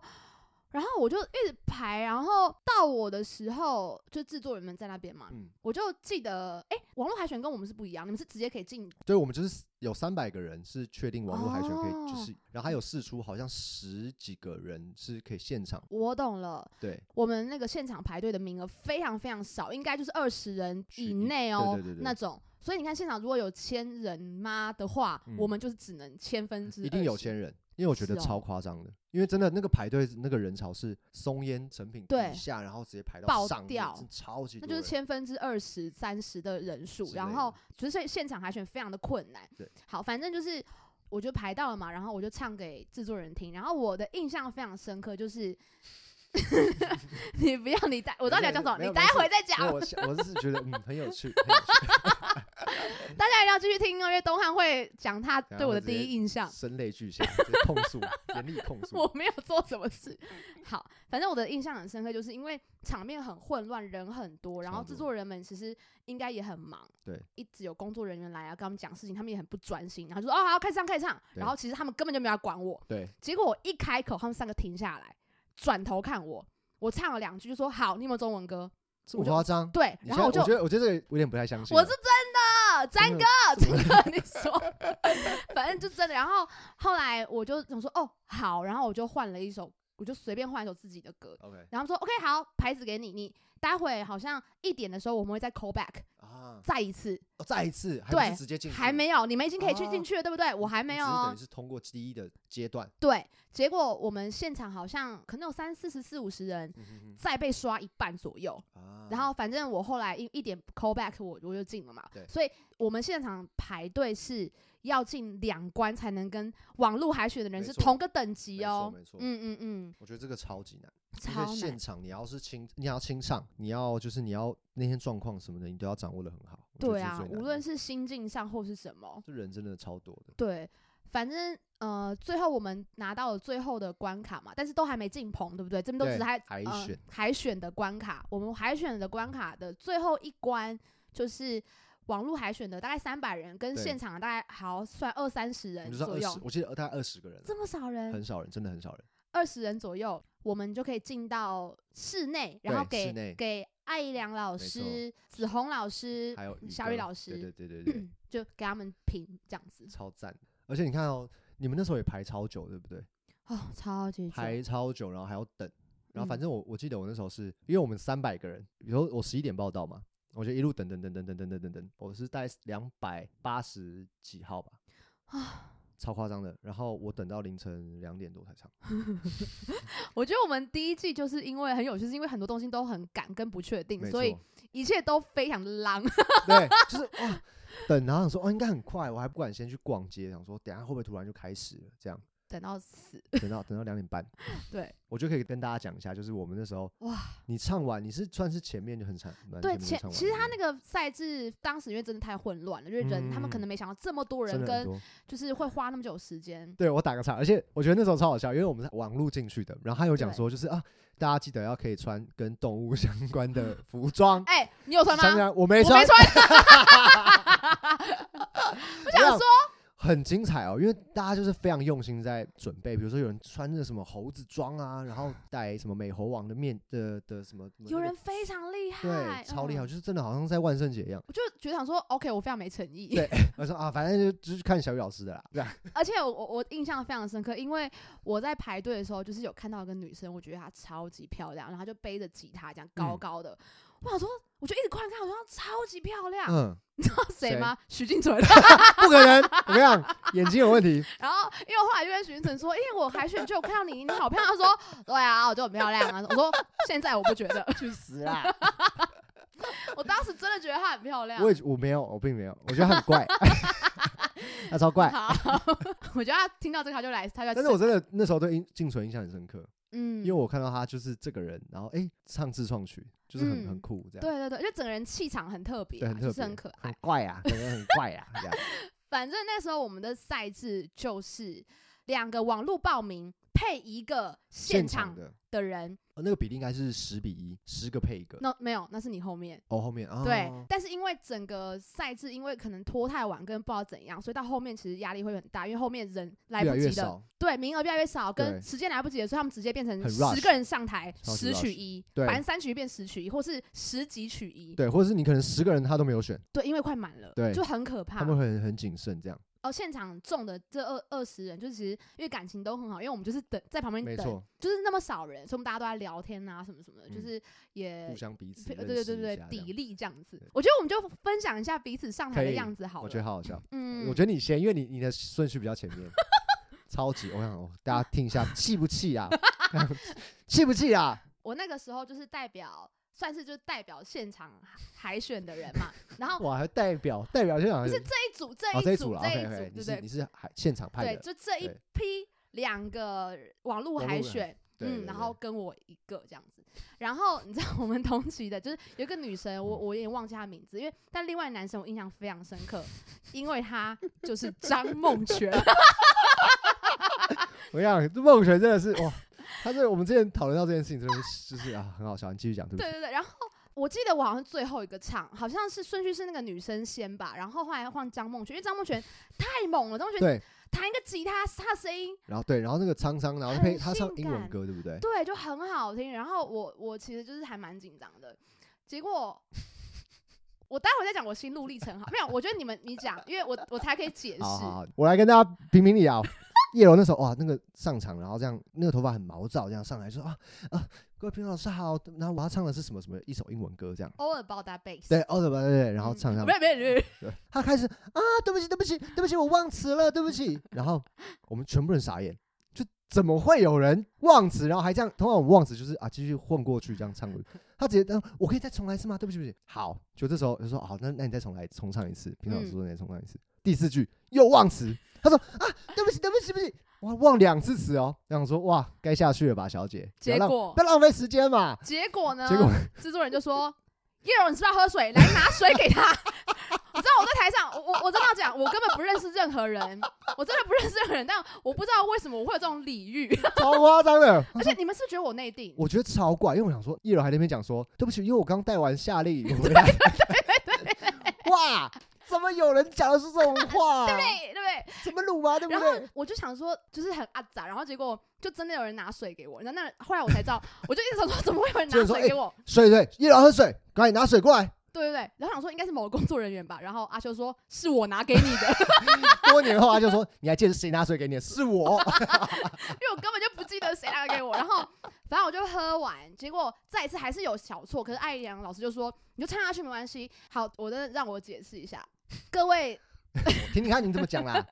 Speaker 1: 然后我就一直排，然后到我的时候，就制作人们在那边嘛，
Speaker 2: 嗯，
Speaker 1: 我就记得，哎，网络海选跟我们是不一样，你们是直接可以进，
Speaker 2: 对，我们就是有三百个人是确定网络海选可以，
Speaker 1: 哦
Speaker 2: 就是然后还有试出好像十几个人是可以现场
Speaker 1: 我懂了，
Speaker 2: 对
Speaker 1: 我们那个现场排队的名额非常非常少，应该就是二十人以
Speaker 2: 去
Speaker 1: 内哦
Speaker 2: 对对对对
Speaker 1: 那种，所以你看现场如果有千人妈的话，
Speaker 2: 嗯
Speaker 1: 我们就是只能千分之
Speaker 2: 一定有
Speaker 1: 20
Speaker 2: 钱人，因为我觉得
Speaker 1: 是哦
Speaker 2: 超夸张的，因为真的那个排队那个人潮是松烟成品
Speaker 1: 对
Speaker 2: 底下，然后直接排到
Speaker 1: 爆
Speaker 2: 上面
Speaker 1: 掉
Speaker 2: 真的超级
Speaker 1: 那
Speaker 2: 多
Speaker 1: 就
Speaker 2: 人，
Speaker 1: 是千分之二十、三十的人数，
Speaker 2: 之类
Speaker 1: 然
Speaker 2: 的
Speaker 1: 后就是所以现场海选非常的困难。
Speaker 2: 对，
Speaker 1: 好，反正就是我就排到了嘛，然后我就唱给制作人听，然后我的印象非常深刻，就是 你不要你待，我知道你要讲什么，
Speaker 2: 没有
Speaker 1: 你
Speaker 2: 没
Speaker 1: 待
Speaker 2: 有
Speaker 1: 会再
Speaker 2: 没
Speaker 1: 讲
Speaker 2: 有，我是我是觉得嗯很有 趣，很有趣
Speaker 1: 大家一定要继续听哦，因为东汉会讲他
Speaker 2: 啊
Speaker 1: 对我的第一印象。
Speaker 2: 声 泪俱下，直接控诉，严厉控诉。
Speaker 1: 我没有做什么事。好，反正我的印象很深刻，就是因为场面很混乱，人很多，然后
Speaker 2: 超多
Speaker 1: 制作人们其实应该也很忙，
Speaker 2: 对，
Speaker 1: 一直有工作人员来啊，跟他们讲事情，他们也很不专心，然后就说哦好，开始唱，开始唱，
Speaker 2: 对
Speaker 1: 然后其实他们根本就没有要管我，
Speaker 2: 对，
Speaker 1: 结果我一开口，他们三个停下来，转头看我，我唱了两句就说好，你有没有中文歌？
Speaker 2: 这
Speaker 1: 我
Speaker 2: 么
Speaker 1: 就
Speaker 2: 夸张？
Speaker 1: 对，
Speaker 2: 你
Speaker 1: 然
Speaker 2: 现
Speaker 1: 后
Speaker 2: 在
Speaker 1: 我就
Speaker 2: 我觉得我觉得这个有点不太相信啊
Speaker 1: 我
Speaker 2: 了。
Speaker 1: 是真的，詹
Speaker 2: 真
Speaker 1: 哥
Speaker 2: 的，
Speaker 1: 真的，你说， 反正就真的。然后后来我就想说，哦，好，然后我就换了一首，我就随便换一首自己的歌。
Speaker 2: OK
Speaker 1: 然后他们说，OK，好，牌子给你，你待会好像一点的时候我们会再 call back
Speaker 2: 啊，
Speaker 1: 再一次，
Speaker 2: 哦再一次，还不
Speaker 1: 对
Speaker 2: 是直接进去，
Speaker 1: 还没有，你们已经可以去
Speaker 2: 啊
Speaker 1: 进去了，对不对？我还没有哦
Speaker 2: 嗯你只是等于，是通过第一的阶段。
Speaker 1: 对。结果我们现场好像可能有三四十、四五十人，
Speaker 2: 嗯哼
Speaker 1: 再被刷一半左右。
Speaker 2: 哼啊
Speaker 1: 然后反正我后来一一点 call back 我我就进了嘛，
Speaker 2: 对
Speaker 1: 所以我们现场排队是要进两关才能跟网络海选的人
Speaker 2: 没
Speaker 1: 是
Speaker 2: 错
Speaker 1: 同个等级
Speaker 2: 没
Speaker 1: 哦
Speaker 2: 错，没错，
Speaker 1: 嗯嗯嗯，
Speaker 2: 我觉得这个超级难，因
Speaker 1: 超
Speaker 2: 为现
Speaker 1: 难，
Speaker 2: 场你要是清，你要清唱，你要就是你要那天状况什么的，你都要掌握的很好。我觉
Speaker 1: 对
Speaker 2: 得这是
Speaker 1: 啊
Speaker 2: 最，难
Speaker 1: 无
Speaker 2: 的
Speaker 1: 论是心境上或是什么，
Speaker 2: 这人真的超多的，
Speaker 1: 对，反正呃，最后我们拿到了最后的关卡嘛，但是都还没进棚，对不对？这边都只
Speaker 2: 对
Speaker 1: 是还
Speaker 2: 海
Speaker 1: 呃
Speaker 2: 选
Speaker 1: 海选的关卡，我们海选的关卡的最后一关就是。网络海选的大概三百人，跟
Speaker 2: 对
Speaker 1: 现场的大概好算二三十
Speaker 2: 我
Speaker 1: 人
Speaker 2: 们就算
Speaker 1: 左
Speaker 2: 二
Speaker 1: 右
Speaker 2: 十，，我记得大概二十个人了，啊
Speaker 1: 这么少人，
Speaker 2: 很少人，真的很少人。
Speaker 1: 二十人左右，我们就可以进到室内，然后
Speaker 2: 对室
Speaker 1: 给
Speaker 2: 内
Speaker 1: 给艾怡良老
Speaker 2: 没
Speaker 1: 师、子红老师
Speaker 2: 还有宇
Speaker 1: 小雨
Speaker 2: 哥
Speaker 1: 老师
Speaker 2: 对对 对对对，
Speaker 1: 就给他们评这样子，
Speaker 2: 超赞。而且你看哦，你们那时候也排超久，对不对？
Speaker 1: 哦，超级久
Speaker 2: 排超久，然后还要等。然后
Speaker 1: 嗯
Speaker 2: 反正我我记得我那时候是因为我们三百个人，比如说我十一点报到嘛，我就一路等等等等等等等等等，我是在两百八十几号吧，超夸张的。然后我等到凌晨两点多才上，
Speaker 1: 我觉得我们第一季就是因为很有趣，是因为很多东西都很赶跟不确定，
Speaker 2: 没
Speaker 1: 所以
Speaker 2: 错
Speaker 1: 一切都非常浪。
Speaker 2: 对，就是哇，等，然后想说哦，应该很快，我还不敢先去逛街，想说等一下会不会突然就开始了？这样
Speaker 1: 等到死，
Speaker 2: 等到等到两点半，
Speaker 1: 对
Speaker 2: 我就可以跟大家讲一下，就是我们那时候
Speaker 1: 哇，你
Speaker 2: 你唱完，你是算是前面就很惨，蛮
Speaker 1: 对
Speaker 2: 面就
Speaker 1: 前
Speaker 2: 唱完
Speaker 1: 其实
Speaker 2: 了
Speaker 1: 他那个赛制当时因为真的太混乱了，就是人、他们可
Speaker 2: 嗯
Speaker 1: 能没想到这么多
Speaker 2: 真
Speaker 1: 人
Speaker 2: 的很
Speaker 1: 跟
Speaker 2: 多。
Speaker 1: 就是会花那么久时间，
Speaker 2: 对我打个岔，而且我觉得那时候超好笑，因为我们是网路进去的，然后他有讲说，就是啊，大家记得要可以穿跟动物 相关的 服装。
Speaker 1: 哎、你有穿吗？
Speaker 2: 想想我没
Speaker 1: 我
Speaker 2: 穿
Speaker 1: 没，穿，
Speaker 2: 我
Speaker 1: 想说
Speaker 2: 很精彩哦，因为大家就是非常用心在准备，比如说有人穿着什么猴子装啊，然后戴什么美猴王的面的的什么，
Speaker 1: 有人非常厉害，
Speaker 2: 对超厉害，
Speaker 1: 嗯
Speaker 2: 就是真的好像在万圣节一样。
Speaker 1: 我就觉得想说，OK，我非常没诚意。
Speaker 2: 对我说啊，反正就就是看小雨老师的啦，对啊，
Speaker 1: 而且我我我印象非常深刻，因为我在排队的时候，就是有看到一个女生，我觉得她超级漂亮，然后她就背着吉他这样高
Speaker 2: 嗯
Speaker 1: 高的，我想说，我就一直观看，我说她超级漂亮，
Speaker 2: 嗯，
Speaker 1: 你知道谁
Speaker 2: 谁
Speaker 1: 吗？许靖纯。
Speaker 2: 不可能，我跟你讲，眼睛有问题，
Speaker 1: 然后因为我后来就跟许靖纯说，因为我海选就有看到你，你好漂亮，她说对啊，我就很漂亮啊，我说现在我不觉得，
Speaker 3: 去死啦！
Speaker 1: 我当时真的觉得她很漂亮
Speaker 2: 我。也我没有，我并没有，我觉得他很怪， 他超怪。
Speaker 1: 好， 我觉得她听到这个她就来，她就来
Speaker 2: 但是我真的那时候对印静纯印象很深刻，
Speaker 1: 嗯，
Speaker 2: 因为我看到他就是这个人，然后哎、唱自创曲，就是很、
Speaker 1: 嗯
Speaker 2: 很酷这样，
Speaker 1: 对对对，就整个人气场很特别、
Speaker 2: 对
Speaker 1: 啊，
Speaker 2: 很特
Speaker 1: 就是
Speaker 2: 别
Speaker 1: 很可爱
Speaker 3: 很。怪啊，
Speaker 2: 感觉很怪啊， 这样
Speaker 1: 反正那时候我们的赛制就是两个网络报名配一个现场
Speaker 2: 的、
Speaker 1: 的人，
Speaker 2: 哦那个比例应该是十比一，十个配一个。
Speaker 1: 那没有，那是你后面。
Speaker 2: 哦，后面啊，
Speaker 1: 对，但是因为整个赛制，因为可能拖太晚，跟不知道怎样，所以到后面其实压力会很大，因为后面人来
Speaker 2: 越
Speaker 1: 不
Speaker 2: 来越
Speaker 1: 及了，
Speaker 2: 少。
Speaker 1: 对，名额越来越少，跟
Speaker 2: 对
Speaker 1: 时间来不及了，所以他们直接变成
Speaker 2: 很
Speaker 1: 十
Speaker 2: rush，
Speaker 1: 个人上台，
Speaker 2: 超级
Speaker 1: 十
Speaker 2: rush
Speaker 1: 取一，
Speaker 2: 对
Speaker 1: 反正三取一变十取一，或是十几取一，
Speaker 2: 对，或者是你可能十个人他都没有选，
Speaker 1: 对，因为快满了，
Speaker 2: 对
Speaker 1: 就很可怕。
Speaker 2: 他们会很很谨慎这样，
Speaker 1: 哦，现场中的这二二十人，就是其实因为感情都很好，因为我们就是等在旁边
Speaker 2: 没
Speaker 1: 等，
Speaker 2: 错，
Speaker 1: 就是那么少人，所以我们大家都在聊天啊，什么什么的，就
Speaker 2: 嗯
Speaker 1: 是也
Speaker 2: 互相彼此
Speaker 1: 对
Speaker 2: 认识
Speaker 1: 对对
Speaker 2: 一
Speaker 1: 对
Speaker 2: 下这样
Speaker 1: 砥砺这样子
Speaker 2: 对。
Speaker 1: 我觉得我们就分享一下彼此上台
Speaker 2: 可
Speaker 1: 的
Speaker 2: 以
Speaker 1: 样子好了。
Speaker 2: 我觉得好好笑。
Speaker 1: 嗯，
Speaker 2: 我觉得你先，因为你你的顺序比较前 面，超级。我想、哦、大家听一下，气不气啊？ 气不气啊？
Speaker 1: 我那个时候就是代表，算是就是代表现场海海选的人嘛。然后
Speaker 2: 我还代表代表现场
Speaker 1: 不
Speaker 2: 人
Speaker 1: 是这一组，这
Speaker 2: 哦，这
Speaker 1: 一
Speaker 2: 组了
Speaker 1: 这
Speaker 2: ，OK
Speaker 1: 一
Speaker 2: OK，
Speaker 1: 组，
Speaker 2: 你
Speaker 1: 对不
Speaker 2: 是
Speaker 1: 对
Speaker 2: 你？是海现场派
Speaker 1: 对，
Speaker 2: 的，
Speaker 1: 就这一嗯
Speaker 2: 对
Speaker 1: 批两个网络
Speaker 2: 网络
Speaker 1: 海
Speaker 2: 人
Speaker 1: 选，
Speaker 2: 对
Speaker 1: 嗯，
Speaker 2: 对对
Speaker 1: 然后跟我一个这样子。然后你知道我们同期的，就是有一个女生，
Speaker 2: 嗯
Speaker 1: 我我有点忘记她名字，因为但另外男生我印象非常深刻，因为他就是 张梦泉，
Speaker 2: 我跟你讲，梦泉真的是哇，他这我们之前讨论到这件事情，真的是就是啊，很好笑。你继续讲，对不
Speaker 1: 对
Speaker 2: 对？
Speaker 1: 对对，然后。我记得我好像最后一个唱，好像是顺序是那个女生先吧，然后后来换张梦泉，因为张梦泉太猛了，张梦泉
Speaker 2: 对，
Speaker 1: 弹一个吉他，她的声音
Speaker 2: 然后对，然后那个沧桑，然后
Speaker 1: 很
Speaker 2: 配他唱
Speaker 1: 性
Speaker 2: 英文
Speaker 1: 感
Speaker 2: 歌，对不对？
Speaker 1: 对，就很好听。然后我我其实就是还蛮紧张的，结 果我待会再讲我心路历程好，没有，我觉得你们你讲，因为我我才可以解释。
Speaker 2: 好好好，我来跟大家评评理啊。叶柔那时候哇，那个上场，然后这样，那个头发很毛躁，这样上来说啊啊，各位评审老师好，然后我要唱的是什么什么一首英文歌这样，
Speaker 1: All about that bass，
Speaker 2: 对，哦对吧对对，然后唱
Speaker 1: 嗯
Speaker 2: 唱
Speaker 1: 不，是不是不是，
Speaker 2: 对他开始啊，对不起对不起对不起，我忘词了，对不起，然后我们全部人傻眼，就怎么会有人忘词，然后还这样，通常我们忘词就是啊继续混过去这样唱过去，他直接，啊我可以再重来一次吗？对不起对不起，好，就这时候就说好，那那你再重来重唱一次，评审老师
Speaker 1: 嗯
Speaker 2: 说你再重唱一次，第四句又忘词，他说啊，对不起，对不起，对不起，哇，忘两次词哦。然后我说哇，该下去了吧，小姐，不要
Speaker 1: 结
Speaker 2: 浪
Speaker 1: 果嗯
Speaker 2: 不要浪费时间嘛。
Speaker 1: 结果呢？
Speaker 2: 结果
Speaker 1: 制作人就说：“叶柔，你是不是要喝水？来拿水给他。” 你知道我在台上，我我我真的要讲，我根本不认识任何人，我真的不认识任何人，但我不知道为什么我会有这种礼遇，
Speaker 2: 超夸张的，
Speaker 1: 而且你们是不是觉得我内定？
Speaker 2: 我觉得超怪，因为我想说，叶柔还在那边讲说，对不起，因为我刚带完夏令 营回来。哇，怎么有人讲的是这种话？
Speaker 1: 对不对？对不对？
Speaker 2: 怎么辱啊？对不
Speaker 1: 然后
Speaker 2: 对？
Speaker 1: 我就想说，就是很阿杂，然后结果就真的有人拿水给我，那那后来我才知道，我就一直想说怎 么会有人拿水给
Speaker 2: 哎
Speaker 1: 我？
Speaker 2: 水水，叶柔喝水，赶紧拿水过来。
Speaker 1: 对对对，然后想说应该是某个工作人员吧，然后阿修说是我拿给你的，
Speaker 2: 多年后 他就说，你还记得是谁拿水给你的？是我。
Speaker 1: 因为我根本就不记得谁拿给我，然后反正我就喝完，结果再一次还是有小错，可是艾阳老师就说你就唱下去没关系。好，我真的让我解释一下，各位
Speaker 2: 我听听看你怎 么讲啦。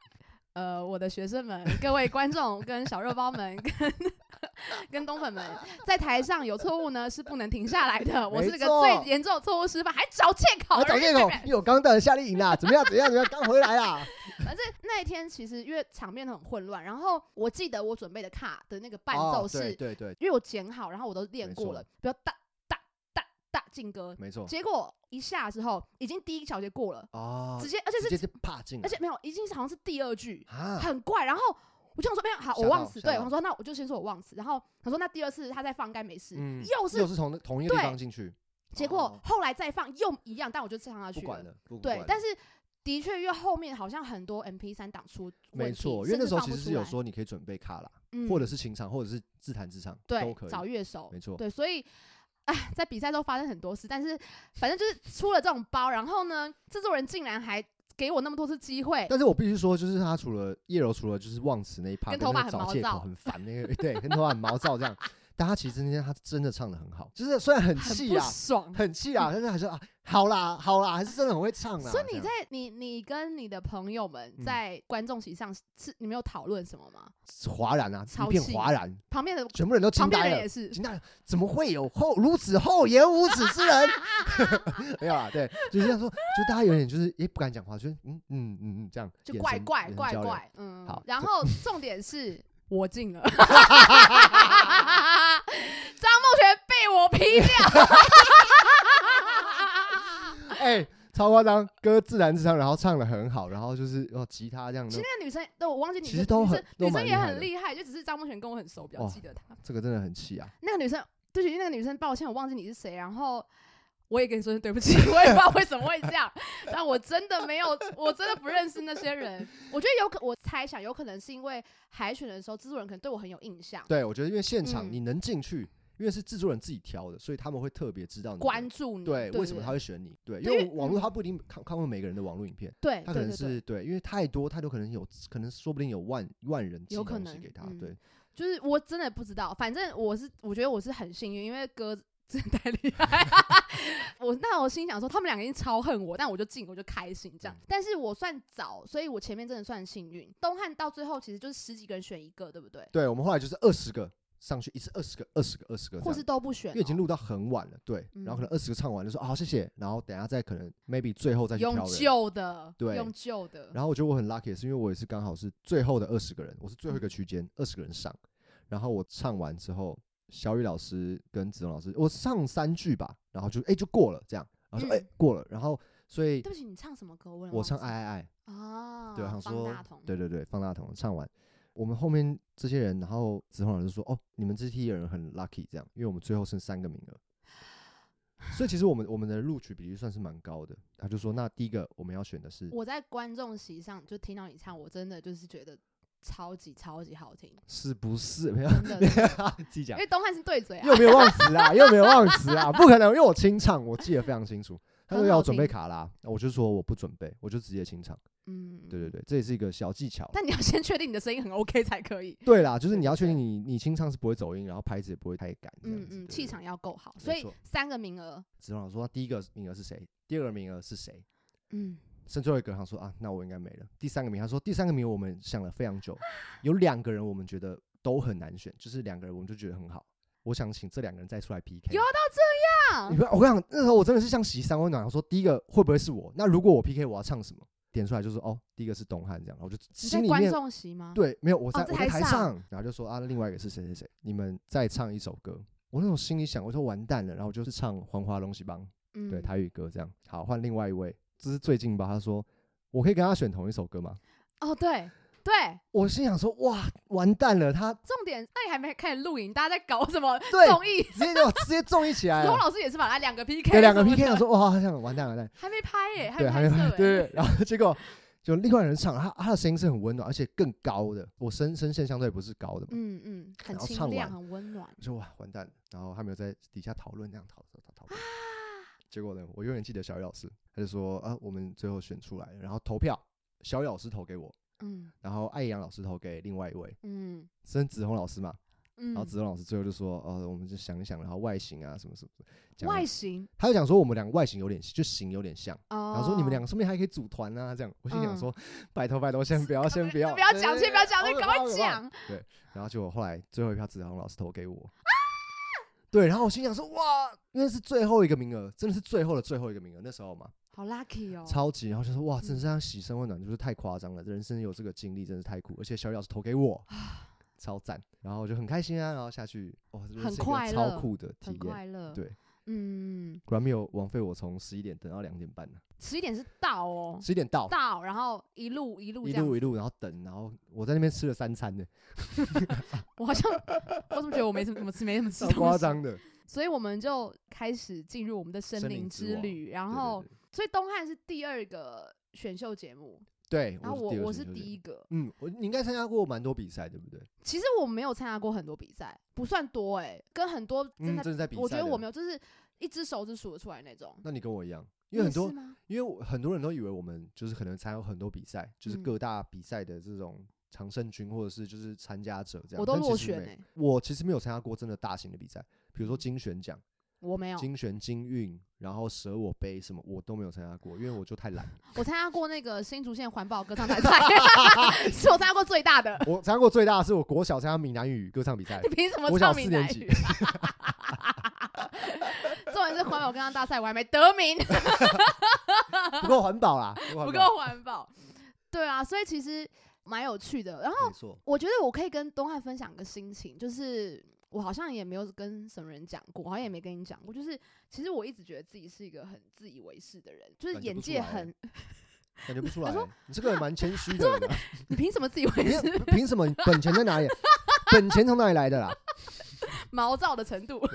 Speaker 1: 呃，我的学生们、各位观众、跟小肉包们、跟 跟东粉们，在台上有错误呢是不能停下来的。我是
Speaker 2: 没
Speaker 1: 个
Speaker 2: 错
Speaker 1: 最严重的错误示范，还找借口，
Speaker 2: 我 找借口，因为我刚到了夏令营啦，怎么样怎么样怎么样，刚回来啊啦。
Speaker 1: 反正那一天其实因为场面很混乱，然后我记得我准备的卡的那个伴奏
Speaker 2: 哦
Speaker 1: 是，
Speaker 2: 对对对，
Speaker 1: 因为我剪好，然后我都练
Speaker 2: 没
Speaker 1: 过
Speaker 2: 错哦
Speaker 1: 了，比如哒哒哒哒进歌，
Speaker 2: 没错。
Speaker 1: 结果一下之后已经第一小节过了，
Speaker 2: 哦，
Speaker 1: 直接而且
Speaker 2: 直接
Speaker 1: 是
Speaker 2: 就啪进来，
Speaker 1: 而且没有，已经好像是第二句，
Speaker 2: 啊，
Speaker 1: 很怪。然后我就想说没有好，我
Speaker 2: 吓
Speaker 1: 忘
Speaker 2: 到
Speaker 1: 词，
Speaker 2: 吓
Speaker 1: 对，
Speaker 2: 到
Speaker 1: 我说那我就先说我忘词，然后他说那第二次他再放应该没事，
Speaker 2: 嗯
Speaker 1: 又是
Speaker 2: 又是从那同一个地
Speaker 1: 对
Speaker 2: 方进去，
Speaker 1: 结
Speaker 2: 哦
Speaker 1: 果后来再放又一样，但我就唱下
Speaker 2: 不
Speaker 1: 去
Speaker 2: 管
Speaker 1: 了，
Speaker 2: 了，不
Speaker 1: 对，但
Speaker 2: 是。
Speaker 1: 是。的确，因为后面好像很多 M P 三档出问
Speaker 2: 没
Speaker 1: 题
Speaker 2: 错，因为
Speaker 1: 甚
Speaker 2: 那
Speaker 1: 至
Speaker 2: 时候
Speaker 1: 放
Speaker 2: 其
Speaker 1: 不
Speaker 2: 实是
Speaker 1: 出
Speaker 2: 有
Speaker 1: 来
Speaker 2: 说你可以准备卡啦，
Speaker 1: 嗯
Speaker 2: 或者是清唱，或者是自弹自唱，
Speaker 1: 对
Speaker 2: 都可以。
Speaker 1: 找乐手，
Speaker 2: 没错
Speaker 1: 对，所以。哎，在比赛中发生很多事，但是反正就是出了这种包，然后呢，制作人竟然还给我那么多次机会，
Speaker 2: 但是我必须说，就是他除了叶柔，除了就是忘词那一趴，
Speaker 1: 跟
Speaker 2: 跟
Speaker 1: 头发
Speaker 2: 那个
Speaker 1: 很毛
Speaker 2: 找借
Speaker 1: 躁
Speaker 2: 口很烦那个，对，跟头发很毛躁这 样。但他其实那天他真的唱的很好，就是虽然很
Speaker 1: 很
Speaker 2: 气
Speaker 1: 不
Speaker 2: 啊，
Speaker 1: 爽。
Speaker 2: 很气啊，但是还是啊，好啦，好啦，还是真的很会唱啦。
Speaker 1: 所以
Speaker 2: 这
Speaker 1: 你
Speaker 2: 样
Speaker 1: 在你你跟你的朋友们
Speaker 2: 嗯
Speaker 1: 在观众席上是是你们有讨论什么吗？
Speaker 2: 哗然啊，
Speaker 1: 超
Speaker 2: 一片
Speaker 1: 气
Speaker 2: 哗然，
Speaker 1: 旁边的
Speaker 2: 全部人都
Speaker 1: 旁
Speaker 2: 惊
Speaker 1: 边
Speaker 2: 呆
Speaker 1: 的人也
Speaker 2: 了，
Speaker 1: 是，
Speaker 2: 惊呆了，怎么会有厚如此厚颜无耻之人？ 没有啦，对，就是这样说，就大家有点就是也不敢讲话，就是嗯嗯嗯嗯这样，
Speaker 1: 就
Speaker 2: 眼
Speaker 1: 怪
Speaker 2: 神
Speaker 1: 怪
Speaker 2: 眼神
Speaker 1: 怪
Speaker 2: 交流
Speaker 1: 怪，嗯。
Speaker 2: 好
Speaker 1: 然
Speaker 2: 这
Speaker 1: 后重点 是我进了，张梦璇被我劈掉。
Speaker 2: 哎、超夸张，歌自然自唱，然后唱的很好，然后就是哦吉他这 样
Speaker 1: 其
Speaker 2: 的
Speaker 1: 实，那女生，对我忘记女
Speaker 2: 其
Speaker 1: 生，
Speaker 2: 实都
Speaker 1: 女
Speaker 2: 很
Speaker 1: 生
Speaker 2: 都
Speaker 1: 女生
Speaker 2: 蛮
Speaker 1: 也
Speaker 2: 厉害
Speaker 1: 很
Speaker 2: 的
Speaker 1: 厉害，就只是张梦璇跟我很熟，比较
Speaker 2: 哇
Speaker 1: 记得她。
Speaker 2: 这个真的很气啊！
Speaker 1: 那个女生，对不起，那个女生，抱歉，我忘记你是谁，然后。我也跟你说声对不起， 我也不知道为什么会这样，但我真的没有，我真的不认识那些人。我觉得有可，我猜想有可能是因为海选的时候，制作人可能对我很有印象，
Speaker 2: 对，我觉得因为现场
Speaker 1: 嗯
Speaker 2: 你能进去，因为是制作人自己挑的，所以他们会特别知道你的
Speaker 1: 关注你。
Speaker 2: 对
Speaker 1: 对
Speaker 2: 为什么他会选你，对，因
Speaker 1: 对因
Speaker 2: 为
Speaker 1: 为嗯
Speaker 2: 网络他不一定看看过每个人的网络影片，
Speaker 1: 对
Speaker 2: 他
Speaker 1: 对对
Speaker 2: 可能
Speaker 1: 对对，
Speaker 2: 是对，因为太多太多可能有，可能说不定有万万人寄
Speaker 1: 有可
Speaker 2: 东西
Speaker 1: 能
Speaker 2: 给他
Speaker 1: 嗯，
Speaker 2: 对，
Speaker 1: 就是我真的不知道，反正我是我觉得我是很幸运，因为哥 真的太厉害、我那我心想说，他们两个已经超恨我，但我就进，我就开心这样
Speaker 2: 嗯。
Speaker 1: 但是我算早，所以我前面真的算幸运。东汉到最后其实就是十几个人选一个，对不对？
Speaker 2: 对我们后来就是二十个上去，一次二十个，二十个，二十个这
Speaker 1: 或
Speaker 2: 样
Speaker 1: 是。都不选、哦
Speaker 2: 因为已经录到很晚了，对，然后可
Speaker 1: 嗯
Speaker 2: 能二十个唱完就说啊好谢谢，然后等一下再可能 maybe 最后再去挑
Speaker 1: 用
Speaker 2: 人，
Speaker 1: 旧的，
Speaker 2: 对
Speaker 1: 用旧的。
Speaker 2: 然后我觉得我很 lucky，的是因为我也是刚好是最后的二十个人，我是最后一
Speaker 1: 嗯
Speaker 2: 个区间，二十个人上。然后我唱完之后，小雨老师跟子龙老师，我上三句吧，然后就哎、就过了这样，然后说哎、
Speaker 1: 嗯
Speaker 2: 过了，然后所以
Speaker 1: 对不起，你唱什么歌？我有点
Speaker 2: 我唱
Speaker 1: 忘记嗯
Speaker 2: 爱爱爱，
Speaker 1: 啊，
Speaker 2: 对，我想
Speaker 1: 方
Speaker 2: 说
Speaker 1: 大同，
Speaker 2: 对对对，方大同唱完，我们后面这些人，然后子龙老师说哦，你们这批人很 lucky 这样，因为我们最后剩三个名额。所以其实我们我们的录取比例算是蛮高的，他就说那第一个我们要选的是
Speaker 1: 嗯我在观众席上就听到你唱，我真的就是觉得超级超级好 听，
Speaker 2: 是不是没有
Speaker 1: 真的。真的
Speaker 2: 自己讲
Speaker 1: 因，为东汉是对嘴啊，
Speaker 2: 又没有忘 词啊，又没有忘词啊，不可能，因为我清唱，我记得非常清 楚。他说
Speaker 1: 很
Speaker 2: 要
Speaker 1: 好
Speaker 2: 我准备
Speaker 1: 听
Speaker 2: 卡拉，我就说我不准备，我就直接清唱。
Speaker 1: 嗯，
Speaker 2: 对对对，这也是一个小技巧。
Speaker 1: 但你要先确定你的声音很 OK 才可以。
Speaker 2: 对啦，就是
Speaker 1: 对
Speaker 2: 你要确
Speaker 1: 对
Speaker 2: 定你你清唱是不会走音，然后拍子也不会太赶，这样
Speaker 1: 嗯
Speaker 2: 子。
Speaker 1: 嗯，
Speaker 2: 对
Speaker 1: 气。
Speaker 2: 对
Speaker 1: 场
Speaker 2: 对
Speaker 1: 要够好。
Speaker 2: 没
Speaker 1: 所以
Speaker 2: 错
Speaker 1: 三个名额，
Speaker 2: 子龙老师说第一个名额是谁，第二个名额是谁，
Speaker 1: 嗯，
Speaker 2: 剩最后一个，他说啊，那我应该没了。第三个名额，他说第三个名额我们想了非常久，有两个人我们觉得都很难选，就是两个人我们就觉得很好。我想请这两个人再出来 PK。
Speaker 1: 有到
Speaker 2: 你
Speaker 1: 这样，
Speaker 2: 不要，我跟你讲，那时候我真的是像洗三温暖。我说第一个会不会是我？那如果我 PK，我要唱什么？点出来就是哦，第一个是东汉这样，然后我就
Speaker 1: 你在
Speaker 2: 心里
Speaker 1: 观
Speaker 2: 面
Speaker 1: 众席吗？，
Speaker 2: 对没有我在、
Speaker 1: 在
Speaker 2: 我在
Speaker 1: 台
Speaker 2: 台
Speaker 1: 上
Speaker 2: 上，然后就说啊，另外一个是谁谁谁，你们再唱一首歌。我那种心里想，我说完蛋了，然后我就是唱《黄花龙喜帮》
Speaker 1: 嗯
Speaker 2: 对台语歌这样。好，换另外一位，这是最近吧？他说我可以跟他选同一首歌吗？
Speaker 1: 哦，对对，
Speaker 2: 我心想说哇，完蛋了，他
Speaker 1: 重点，那你还没开始录影，大家在搞什么
Speaker 2: 对
Speaker 1: 综 艺？
Speaker 2: 直接就直接中一起 来
Speaker 1: 子龙
Speaker 2: 了，
Speaker 1: 老师也是把他两个 PK，
Speaker 2: 给两个
Speaker 1: 什么
Speaker 2: PK，
Speaker 1: 的
Speaker 2: 我说哇，好像完蛋完蛋。
Speaker 1: 还没拍耶，
Speaker 2: 对，还
Speaker 1: 没
Speaker 2: 没
Speaker 1: 拍
Speaker 2: 拍
Speaker 1: 摄
Speaker 2: 对
Speaker 1: 耶，
Speaker 2: 对，然后结果就另外人唱，他他的声音是很温暖，而且更高的，我声声线相对不是高的嘛，
Speaker 1: 嗯嗯，很
Speaker 2: 然后
Speaker 1: 清
Speaker 2: 唱
Speaker 1: 亮，
Speaker 2: 完
Speaker 1: 很温暖
Speaker 2: 我。说哇完蛋了，然后他们有在底下讨论这样讨论讨
Speaker 1: 啊
Speaker 2: 论，结果呢，我永远记得小雨老师，他就说啊我们最后选出来了，然后投票，小雨老师投给我，
Speaker 1: 嗯
Speaker 2: 然后艾阳老师投给另外一位，
Speaker 1: 嗯，
Speaker 2: 孙子红老师嘛，
Speaker 1: 嗯
Speaker 2: 然后子龙老师最后就说，哦，我们就想一想，然后外形啊什么什么的，讲
Speaker 1: 外
Speaker 2: 了
Speaker 1: 形
Speaker 2: 他就讲说我们两个外形有点就型有点像，
Speaker 1: 哦，
Speaker 2: 然后说你们两个说不定还可以组团啊这样，我心想
Speaker 1: 嗯
Speaker 2: 说，拜托拜托，先 不要先不要
Speaker 1: 哦不要
Speaker 2: 对
Speaker 1: 讲，
Speaker 2: 对
Speaker 1: 先不要讲，
Speaker 2: 好
Speaker 1: 你
Speaker 2: 可
Speaker 1: 赶
Speaker 2: 怕
Speaker 1: 快
Speaker 2: 哎好可怕
Speaker 1: 讲。
Speaker 2: 然后结果后来最后一票子航老师投给我，对，然后我心想说哇，因为是最后一个名额，真的是最后的最后一个名额，那时候嘛，
Speaker 1: 好 lucky 哦，
Speaker 2: 超级，然后就说哇，真是这样洗身温暖，就是太夸张了，人生有这个经历真是太酷，而且小雨老师投给我，
Speaker 1: 啊
Speaker 2: 超赞，然后我就很开心啊，然后下去哇，真的
Speaker 1: 很
Speaker 2: 是一个
Speaker 1: 快乐
Speaker 2: 超酷的体
Speaker 1: 很
Speaker 2: 验，
Speaker 1: 快乐。
Speaker 2: 对，
Speaker 1: 嗯，
Speaker 2: 果然没有枉费我从十一点等到两点半呢，
Speaker 1: 十一点是到哦，
Speaker 2: 十一点到。
Speaker 1: 到，然后一路一路
Speaker 2: 一
Speaker 1: 这样
Speaker 2: 路
Speaker 1: 子。
Speaker 2: 一路，然后等，然后我在那边吃了三餐 呢，
Speaker 1: 我好像我怎么觉得我没什么怎么吃没什么吃
Speaker 2: 超
Speaker 1: 东西
Speaker 2: 夸张的。
Speaker 1: 所以我们就开始进入我们的森
Speaker 2: 森
Speaker 1: 林
Speaker 2: 林之
Speaker 1: 之
Speaker 2: 王
Speaker 1: 旅，然
Speaker 2: 对对
Speaker 1: 后所以东汉是第二个选秀节目，
Speaker 2: 对，对
Speaker 1: 然后
Speaker 2: 第
Speaker 1: 我
Speaker 2: 二
Speaker 1: 我
Speaker 2: 选
Speaker 1: 是
Speaker 2: 秀
Speaker 1: 第
Speaker 2: 的
Speaker 1: 一个。
Speaker 2: 嗯，我你应该参加过蛮多比赛，对不对？
Speaker 1: 其实我没有参加过很多比赛，不算多哎、跟很多真
Speaker 2: 嗯，
Speaker 1: 的，
Speaker 2: 这是在比赛。
Speaker 1: 我觉得我没，有，就是一只手指数得出来那种。
Speaker 2: 那你跟我一样，
Speaker 1: 你也
Speaker 2: 因为很多
Speaker 1: 是，吗？
Speaker 2: 因为我很多人都以为我们就是可能参加过很多比赛，就是
Speaker 1: 嗯
Speaker 2: 各大比赛的这种常胜军或者是就是参加者这样。
Speaker 1: 我都
Speaker 2: 但其
Speaker 1: 落
Speaker 2: 实
Speaker 1: 选
Speaker 2: 没
Speaker 1: 哎、
Speaker 2: 我其实没有参加过真的大型的比赛，比如说金选奖、
Speaker 1: 我没有，
Speaker 2: 金选金运，然后舍我杯什么，我都没有参加过，因为我就 太懒了。
Speaker 1: 我参加过那个新竹县环保歌唱大赛，是我参加过最大的。
Speaker 2: 我参加过最大的是我国小参加闽南语歌唱比赛
Speaker 1: 你，凭什么
Speaker 2: 国小
Speaker 1: 唱闽
Speaker 2: 四
Speaker 1: 南
Speaker 2: 年级
Speaker 1: 语？。 重点是环保歌唱大赛，我还没得名，
Speaker 2: 不够环保啦，不
Speaker 1: 不
Speaker 2: 环
Speaker 1: 够环保。对啊，所以其实蛮有趣的。然后
Speaker 2: 保。没错，
Speaker 1: 我觉得我可以跟东汉分享个心情，就是我好像也没有跟什么人讲过，我好像也没跟你讲过，就是其实我一直觉得自己是一个很自以为是的人，就是
Speaker 2: 感觉
Speaker 1: 眼
Speaker 2: 不出
Speaker 1: 界
Speaker 2: 来欸
Speaker 1: 很，
Speaker 2: 感觉不出
Speaker 1: 我
Speaker 2: 来
Speaker 1: 说
Speaker 2: 欸。你这个人蛮谦虚的人啊。
Speaker 1: 你凭什么自以为
Speaker 2: 没有
Speaker 1: 是？
Speaker 2: 凭什么？你本钱在 哪里？本钱从哪里来的啦？
Speaker 1: 毛躁的程度。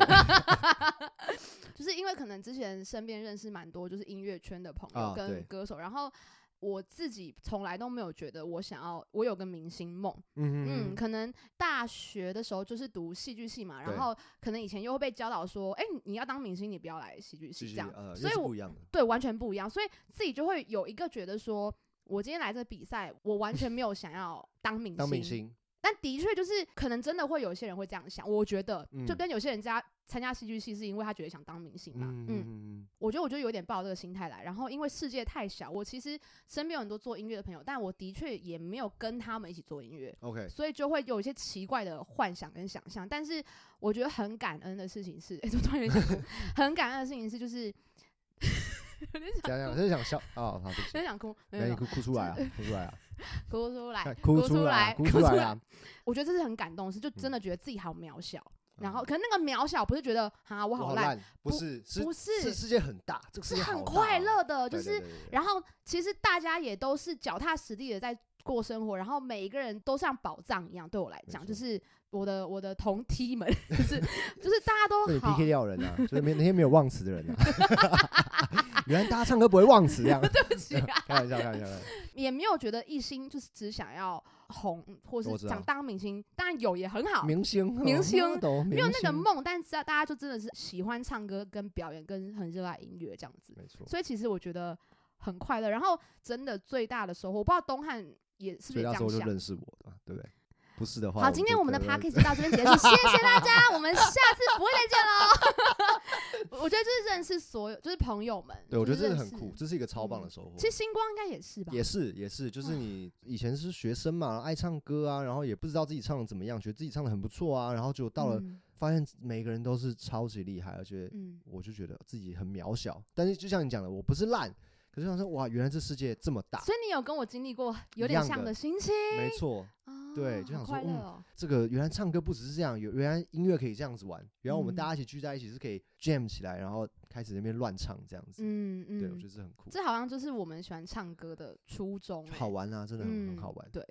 Speaker 1: 就是因为可能之前身边认识蛮多就是音乐圈的朋友
Speaker 2: 啊
Speaker 1: 跟
Speaker 2: 对
Speaker 1: 歌手，然后我自己从来都没有觉得我想要我有个明星梦。嗯，
Speaker 2: 嗯
Speaker 1: 可能大学的时候就是读戏剧系嘛，
Speaker 2: 对
Speaker 1: 然后可能以前又会被教导说，哎、你要当明星，你不要来戏剧系这样，
Speaker 2: 呃，
Speaker 1: 所
Speaker 2: 所
Speaker 1: 以
Speaker 2: 以
Speaker 1: 我
Speaker 2: 不一样的。
Speaker 1: 对完全不一样，所以自己就会有一个觉得说，我今天来这比赛，我完全没有想要当明星，
Speaker 2: 当明星，
Speaker 1: 但的确就是，可能真的会有一些人会这样想，我觉得
Speaker 2: 嗯
Speaker 1: 就跟有些人家参加戏剧系是因为他觉得想当明星嘛，
Speaker 2: 嗯
Speaker 1: 嗯
Speaker 2: 嗯
Speaker 1: 我觉得我就有点抱这个心态来。然后因为世界太小，我其实身边有很多做音乐的朋友，但我的确也没有跟他们一起做音乐，
Speaker 2: ，OK，
Speaker 1: 所以就会有一些奇怪的幻想跟想象。但是我觉得很感恩的事情是，哎、怎 么突然有点想哭很感恩的事情是，就是 有点想
Speaker 2: 讲讲，真的想笑哦，好，对不
Speaker 1: 有点
Speaker 2: 起，
Speaker 1: 想哭，没有没
Speaker 2: 那你
Speaker 1: 有
Speaker 2: 哭哭出来 啊，哭出来啊，
Speaker 1: 哎哭出来
Speaker 2: 哎，
Speaker 1: 哭
Speaker 2: 哭
Speaker 1: 出
Speaker 2: 出来啊，
Speaker 1: 来
Speaker 2: 哭
Speaker 1: 哭
Speaker 2: 出
Speaker 1: 出
Speaker 2: 来
Speaker 1: 来嗯
Speaker 2: 啊！
Speaker 1: 我觉得这是很感动的事，就真的觉得自己好渺小。然后，
Speaker 2: 嗯
Speaker 1: 可能那个渺小不是觉得啊我
Speaker 2: 我
Speaker 1: 好
Speaker 2: 好
Speaker 1: 烂，，
Speaker 2: 不
Speaker 1: 不
Speaker 2: 是，是
Speaker 1: 不
Speaker 2: 是
Speaker 1: 是，
Speaker 2: 世界很大，这个世
Speaker 1: 是
Speaker 2: 界好
Speaker 1: 很
Speaker 2: 大
Speaker 1: 快
Speaker 2: 哦，
Speaker 1: 乐的，
Speaker 2: 对
Speaker 1: 就
Speaker 2: 对
Speaker 1: 是。
Speaker 2: 对对对
Speaker 1: 然后其实大家也都是脚踏实地的在过生活，然后每一个人都像宝藏一样。对我来
Speaker 2: 没
Speaker 1: 讲，
Speaker 2: 错
Speaker 1: 就是我的我的同梯们，就是就是大家都
Speaker 2: 被你
Speaker 1: 好
Speaker 2: PK 掉人啊，就是没那些没有忘词的 人啊，原来大家唱歌不会忘词这样，
Speaker 1: 起来，
Speaker 2: 开玩笑，开玩笑，开玩笑
Speaker 1: 也没有觉得一心就是只想要红或是
Speaker 2: 我知道
Speaker 1: 想当明星，当然有也很好，
Speaker 2: 明星，
Speaker 1: 明
Speaker 2: 哦
Speaker 1: 星
Speaker 2: 懂
Speaker 1: 没有
Speaker 2: 明
Speaker 1: 那个
Speaker 2: 星
Speaker 1: 梦，但是大家就真的是喜欢唱歌跟表演，跟很热爱音乐这样子。
Speaker 2: 没错，
Speaker 1: 所以其实我觉得很快乐。然后真的最大的收获，我不知道东汉也是不是
Speaker 2: 所
Speaker 1: 也
Speaker 2: 以
Speaker 1: 这
Speaker 2: 那时候
Speaker 1: 样
Speaker 2: 就
Speaker 1: 想。
Speaker 2: 认识我的嘛，对不对？不是的话，
Speaker 1: 好，今天
Speaker 2: 就
Speaker 1: 我们的
Speaker 2: 可能
Speaker 1: podcast 就到这边结束，谢谢大家，我们下次不会再见 喽。我觉得就是认识所有，就是朋友们，
Speaker 2: 对，我觉
Speaker 1: 就
Speaker 2: 得
Speaker 1: 是
Speaker 2: 这是
Speaker 1: 认
Speaker 2: 很
Speaker 1: 识
Speaker 2: 酷，。这是一个超棒的
Speaker 1: 嗯啊
Speaker 2: 收获。
Speaker 1: 其实星光应该也是吧，
Speaker 2: 也是也是，就是你以前是学生嘛，爱唱歌啊，然后也不知道自己唱的怎么样，觉得自己唱的很不错啊，然后就到了
Speaker 1: 嗯
Speaker 2: 发现每个人都是超级厉害，而且
Speaker 1: 嗯，
Speaker 2: 我就觉得自己很渺小。但是就像你讲的，我不是烂，可是想说哇，原来这世界这么大，
Speaker 1: 所以你有跟我经历过有
Speaker 2: 啊一
Speaker 1: 点
Speaker 2: 样
Speaker 1: 像
Speaker 2: 的
Speaker 1: 的心情
Speaker 2: 没错，
Speaker 1: 啊，
Speaker 2: 对就
Speaker 1: 好
Speaker 2: 想说
Speaker 1: 快乐
Speaker 2: 嗯
Speaker 1: 哦
Speaker 2: 这个原来唱歌不只是这样，有原来音乐可以这样子玩，原来我们
Speaker 1: 嗯
Speaker 2: 大家一起聚在一起是可以 jam 起来，然后开始在那边乱唱这样子，
Speaker 1: 嗯
Speaker 2: 对我觉
Speaker 1: 嗯
Speaker 2: 得，这很酷，
Speaker 1: 这好像就是我们喜欢唱歌的初衷欸，
Speaker 2: 好玩啊，真的很很好玩。
Speaker 1: 对，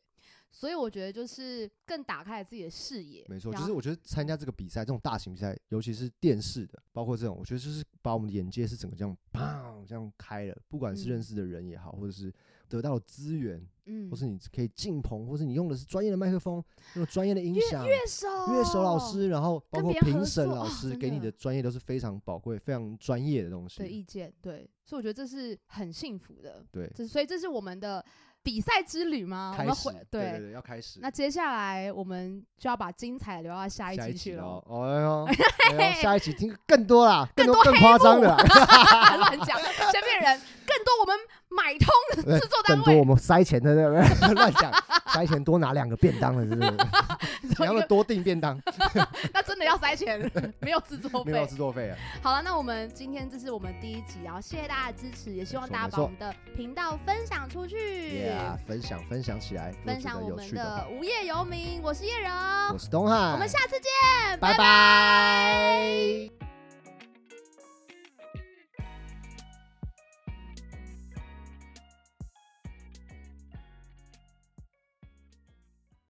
Speaker 1: 所以我觉得就是更打开了自己的视野。
Speaker 2: 没错，
Speaker 1: 然
Speaker 2: 就
Speaker 1: 后
Speaker 2: 是我觉得参加这个比赛，这种大型比赛，尤其是电视的，包括这种，我觉得就是把我们的眼界是整个这样砰这样开了，不管是
Speaker 1: 嗯
Speaker 2: 认识的人也好，或者是得到的资源，
Speaker 1: 嗯，
Speaker 2: 或是你可以进棚，或是你用的是专业的麦克风，用专业的音响。
Speaker 1: 乐手，
Speaker 2: 乐手老师，然后包
Speaker 1: 哦跟
Speaker 2: 括
Speaker 1: 别人合
Speaker 2: 评审
Speaker 1: 作
Speaker 2: 老
Speaker 1: 哦
Speaker 2: 师
Speaker 1: 真
Speaker 2: 给你
Speaker 1: 的
Speaker 2: 的专业都是非常宝贵、非常专业的东
Speaker 1: 的
Speaker 2: 西。
Speaker 1: 意见，对，所以我觉得这是很幸福的。
Speaker 2: 对，
Speaker 1: 这所以这是我们的比赛之旅吗？我
Speaker 2: 开
Speaker 1: 们
Speaker 2: 始
Speaker 1: 回，
Speaker 2: 对对，要开始。
Speaker 1: 那接下来我们就要把精彩留到下一
Speaker 2: 下
Speaker 1: 期
Speaker 2: 一
Speaker 1: 去
Speaker 2: 期
Speaker 1: 了
Speaker 2: 喽，，哦哎 呦，哎呦下一期听更多啦，更多
Speaker 1: 更多
Speaker 2: 更夸张的啦，
Speaker 1: 乱讲，前面人更多我们买通的制作单
Speaker 2: 更多
Speaker 1: 位
Speaker 2: 我，们塞钱的，对不对乱 讲，塞钱多拿两个便当了，是不是？你要不要多订 便当，
Speaker 1: 那真的要塞钱，没有制作
Speaker 2: 没有
Speaker 1: 费
Speaker 2: 制。作费啊。
Speaker 1: 好了，那我们今天这是我们第一集，然后谢谢大家的支持，也希望
Speaker 2: 没错
Speaker 1: 大家
Speaker 2: 没
Speaker 1: 把
Speaker 2: 错
Speaker 1: 我们的频道分享出去，
Speaker 2: Yeah，分享分享起来，如果
Speaker 1: 分
Speaker 2: 觉
Speaker 1: 享
Speaker 2: 得
Speaker 1: 我
Speaker 2: 有
Speaker 1: 们
Speaker 2: 趣的
Speaker 1: 的
Speaker 2: 话。
Speaker 1: 无业游民。我是叶柔，
Speaker 2: 我是东汉，
Speaker 1: 我们下次见，
Speaker 2: 拜
Speaker 1: 拜拜